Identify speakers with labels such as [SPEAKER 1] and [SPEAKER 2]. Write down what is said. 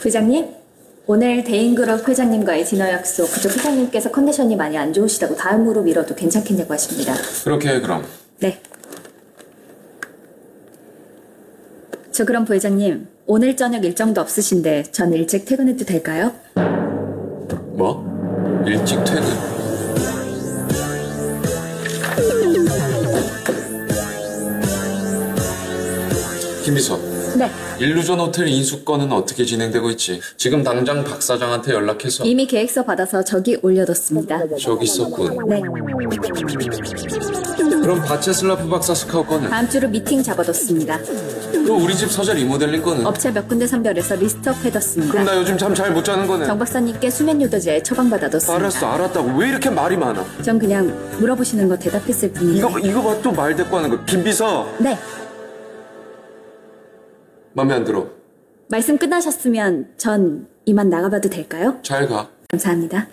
[SPEAKER 1] 부장님, 오늘 대인그룹 회장님과의 디너 약속. 그쪽 회장님께서 컨디션이 많이 안 좋으시다고 다음으로 미뤄도 괜찮겠냐고 하십니다.
[SPEAKER 2] 그렇게 해, 그럼.
[SPEAKER 1] 네. 저 그럼 부회장님, 오늘 저녁 일정도 없으신데 전 일찍 퇴근해도 될까요?
[SPEAKER 2] 뭐? 일찍 퇴근. 김비서,
[SPEAKER 1] 네.
[SPEAKER 2] 일루전 호텔 인수권은 어떻게 진행되고 있지? 지금 당장 박 사장한테 연락해서
[SPEAKER 1] 이미 계획서 받아서 저기 올려뒀습니다.
[SPEAKER 2] 저기 있었군.
[SPEAKER 1] 네.
[SPEAKER 2] 그럼 바체슬라프 박사 스카우 건은?
[SPEAKER 1] 다음 주로 미팅 잡아뒀습니다.
[SPEAKER 2] 또 우리 집 서재 리모델링 건은?
[SPEAKER 1] 업체 몇 군데 선별해서
[SPEAKER 2] 그럼
[SPEAKER 1] 리스트업해뒀습니다.
[SPEAKER 2] 나 요즘 잠 잘 못 자는 거네.
[SPEAKER 1] 정 박사님께 수면 요도제 처방받아뒀습니다.
[SPEAKER 2] 알았어, 알았다고. 왜 이렇게 말이 많아?
[SPEAKER 1] 전 그냥 물어보시는 거 대답했을 뿐이에요.
[SPEAKER 2] 이거 뭐 봐, 이거 봐, 또 말 대꾸하는 거. 김비서,
[SPEAKER 1] 네.
[SPEAKER 2] 맘에 안 들어.
[SPEAKER 1] 말씀 끝나셨으면 전 이만 나가봐도 될까요?
[SPEAKER 2] 잘 가.
[SPEAKER 1] 감사합니다.